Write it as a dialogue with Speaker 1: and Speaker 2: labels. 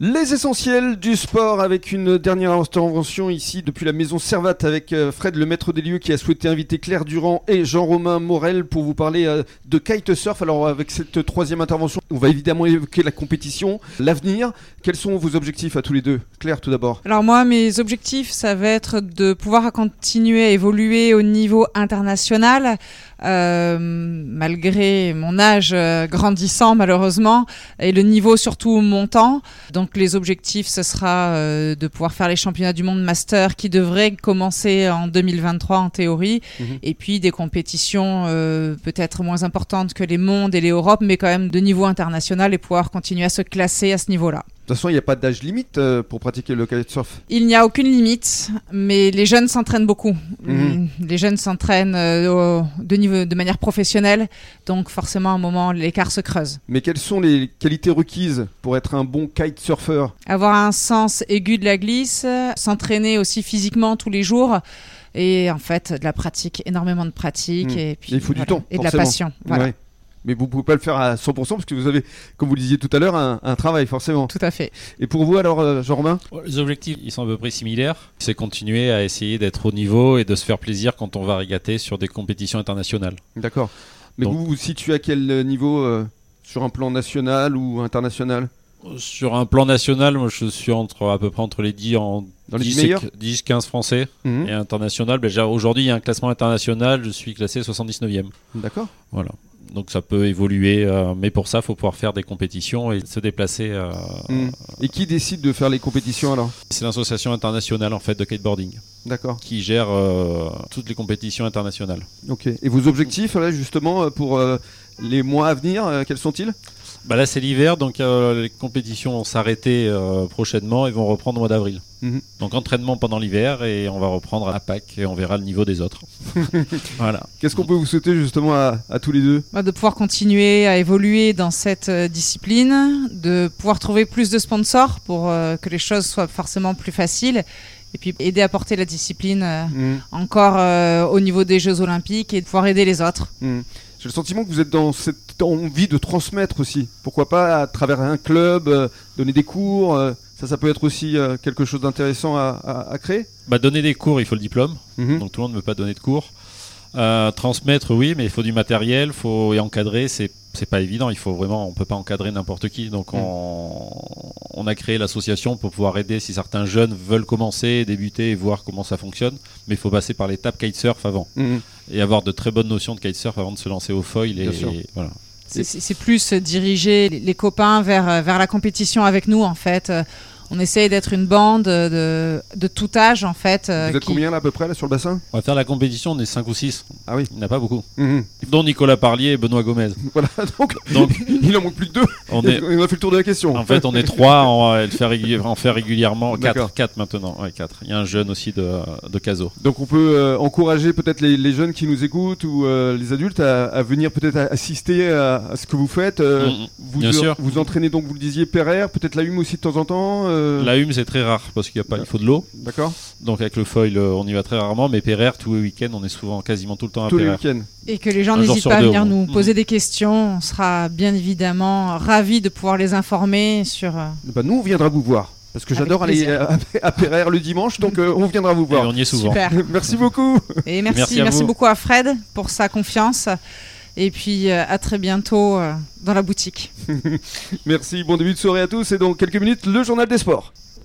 Speaker 1: Les essentiels du sport avec une dernière intervention ici depuis la maison Servate avec euh, Fred le maître des lieux qui a souhaité inviter Claire Durand et Jean-Romain Morel pour vous parler euh, de kitesurf. Alors euh, avec cette troisième intervention, on va évidemment évoquer la compétition, l'avenir. Quels sont vos objectifs à tous les deux Claire tout d'abord.
Speaker 2: Alors moi, mes objectifs, ça va être de pouvoir continuer à évoluer au niveau international, euh, malgré mon âge euh, grandissant malheureusement, et le niveau surtout montant. Donc les objectifs, ce sera euh, de pouvoir faire les championnats du monde master qui devraient commencer en 2023 en théorie,
Speaker 1: Mhm.
Speaker 2: et puis des compétitions euh, peut-être moins importantes que les mondes et les Europes, mais quand même de niveau international et pouvoir continuer à se classer à ce niveau-là.
Speaker 1: De toute façon, il n'y a pas d'âge limite euh, pour pratiquer le kitesurf.
Speaker 2: Il n'y a aucune limite, mais les jeunes s'entraînent beaucoup. Mm,
Speaker 1: Mhm.
Speaker 2: Les jeunes s'entraînent euh, au- de, niveau, de manière professionnelle, donc forcément à un moment l'écart se creuse.
Speaker 1: Mais quelles sont les qualités requises pour être un bon kitesurfer
Speaker 2: Avoir un sens aigu de la glisse, euh, s'entraîner aussi physiquement tous les jours, et en fait de la pratique, énormément de pratique,
Speaker 1: Mhm.
Speaker 2: et puis
Speaker 1: Il faut du
Speaker 2: voilà,
Speaker 1: temps,
Speaker 2: et de la
Speaker 1: forcément.
Speaker 2: passion. Voilà,
Speaker 1: Ouais. Mais vous ne pouvez pas le faire à 100% parce que vous avez, comme vous le disiez tout à l'heure, un, un travail forcément.
Speaker 2: tout à fait.
Speaker 1: Et pour vous alors, euh, Jean-Romain
Speaker 3: Les objectifs, ils sont à peu près similaires. C'est continuer à essayer d'être au niveau et de se faire plaisir quand on va régater sur des compétitions internationales.
Speaker 1: D'accord. Mais
Speaker 3: Donc-
Speaker 1: vous vous situez à quel euh, niveau euh, Sur un plan national ou international
Speaker 3: Sur un plan national, moi je suis entre à peu près entre les 10 en
Speaker 1: Dans les
Speaker 3: 10,
Speaker 1: 10 meilleurs
Speaker 3: 10 15 français
Speaker 1: Mhm.
Speaker 3: et international. ben, j'ai- aujourd'hui, il y a un classement international, je suis classé 79e.
Speaker 1: D'accord.
Speaker 3: Voilà. Donc ça peut évoluer, euh, mais pour ça, faut pouvoir faire des compétitions et se déplacer. euh,
Speaker 1: Mhm. Et qui décide de faire les compétitions alors
Speaker 3: C'est l'association internationale en fait de kiteboarding
Speaker 1: D'accord.
Speaker 3: qui gère euh, toutes les compétitions internationales.
Speaker 1: Ok. Et vos objectifs là justement euh, pour euh, les mois à venir, euh, quels sont-ils
Speaker 3: Bah là c'est l'hiver, donc euh, les compétitions vont s'arrêter euh, prochainement et vont reprendre au mois d'avril.
Speaker 1: Mhm.
Speaker 3: Donc entraînement pendant l'hiver et on va reprendre à Pâques et on verra le niveau des autres. voilà.
Speaker 1: Qu'est-ce qu'on peut vous souhaiter justement à, à tous les deux
Speaker 2: Bah, de pouvoir continuer à évoluer dans cette euh, discipline, de pouvoir trouver plus de sponsors pour euh, que les choses soient forcément plus faciles, et puis aider à porter la discipline euh,
Speaker 1: Mhm.
Speaker 2: encore euh, au niveau des Jeux olympiques et de pouvoir aider les autres.
Speaker 1: J'ai le sentiment que vous êtes dans cette envie de transmettre aussi. Pourquoi pas à travers un club, euh, donner des cours. euh, ça, ça peut être aussi euh, quelque chose d'intéressant à, à- à créer.
Speaker 3: Bah donner des cours, il faut le diplôme,
Speaker 1: Mhm.
Speaker 3: donc tout le monde ne peut pas donner de cours. Euh, transmettre, oui, mais il faut du matériel, faut et encadrer, c'est c'est pas évident. Il faut vraiment, on peut pas encadrer n'importe qui.
Speaker 1: Mhm.
Speaker 3: Donc on, on a créé l'association pour pouvoir aider si certains jeunes veulent commencer, débuter et voir comment ça fonctionne. Mais il faut passer par l'étape kitesurf avant.
Speaker 1: Mhm.
Speaker 3: et avoir de très bonnes notions de kitesurf avant de se lancer au foil et,
Speaker 1: Bien sûr.
Speaker 3: et voilà.
Speaker 2: C'est- C'est c'est plus euh, diriger les- les copains vers, euh, vers la compétition avec nous, en fait. Euh, On essaye d'être une bande euh, de, de tout âge, en fait. euh,
Speaker 1: vous êtes
Speaker 2: qui-
Speaker 1: combien là à peu près là sur le bassin
Speaker 3: On va faire la compétition, on est 5 ou 6.
Speaker 1: Ah oui.
Speaker 3: Il n'y en a pas beaucoup.
Speaker 1: Mhm.
Speaker 3: Dont Nicolas Parlier et Benoît Gomez.
Speaker 1: Voilà, donc,
Speaker 3: Donc
Speaker 1: il en manque plus que deux.
Speaker 3: on
Speaker 1: On,
Speaker 3: est Ah.
Speaker 1: a fait le tour de la question.
Speaker 3: en fait on est 3, on va le faire réguli- on fait régulièrement
Speaker 1: D'accord.
Speaker 3: 4 4 maintenant, ouais, 4. Il y a un jeune aussi de de Caso.
Speaker 1: Donc on peut euh, encourager peut-être les, les jeunes qui nous écoutent ou euh, les adultes à, à venir peut-être a- assister à, à ce que vous faites. euh,
Speaker 3: Mm, mm.
Speaker 1: vous,
Speaker 3: bien sûr.
Speaker 1: vous entraînez donc, vous le disiez, Pereire, peut-être la Hume aussi de temps en temps. euh,
Speaker 3: La hume c'est très rare parce qu'il y a pas il faut de l'eau.
Speaker 1: D'accord
Speaker 3: Donc avec le foil euh, on y va très rarement mais Pereire tous les week-ends on est souvent quasiment tout le temps à
Speaker 1: Tous les
Speaker 3: Ah, Pereire.
Speaker 1: week-ends.
Speaker 2: Et que les gens
Speaker 3: Un jour
Speaker 2: n'hésitent
Speaker 3: sur
Speaker 2: pas à
Speaker 3: deux,
Speaker 2: venir
Speaker 3: au
Speaker 2: nous
Speaker 3: moins.
Speaker 1: Mmh.
Speaker 2: poser des questions. On sera bien évidemment ravis de pouvoir les informer sur. euh,
Speaker 1: Bah, nous, on viendra vous voir. Parce que
Speaker 2: Avec
Speaker 1: j'adore aller
Speaker 2: plaisir.
Speaker 1: à, à Pereire le dimanche, donc euh, on viendra vous
Speaker 3: Et
Speaker 1: voir.
Speaker 3: on y est souvent.
Speaker 2: Super.
Speaker 1: Merci beaucoup.
Speaker 2: Et merci,
Speaker 3: Merci
Speaker 2: merci,
Speaker 3: à vous.
Speaker 2: beaucoup à Fred pour sa confiance. Et puis euh, à très bientôt euh, dans la boutique.
Speaker 1: Merci, bon début de soirée à tous. Et dans quelques minutes, le journal des sports.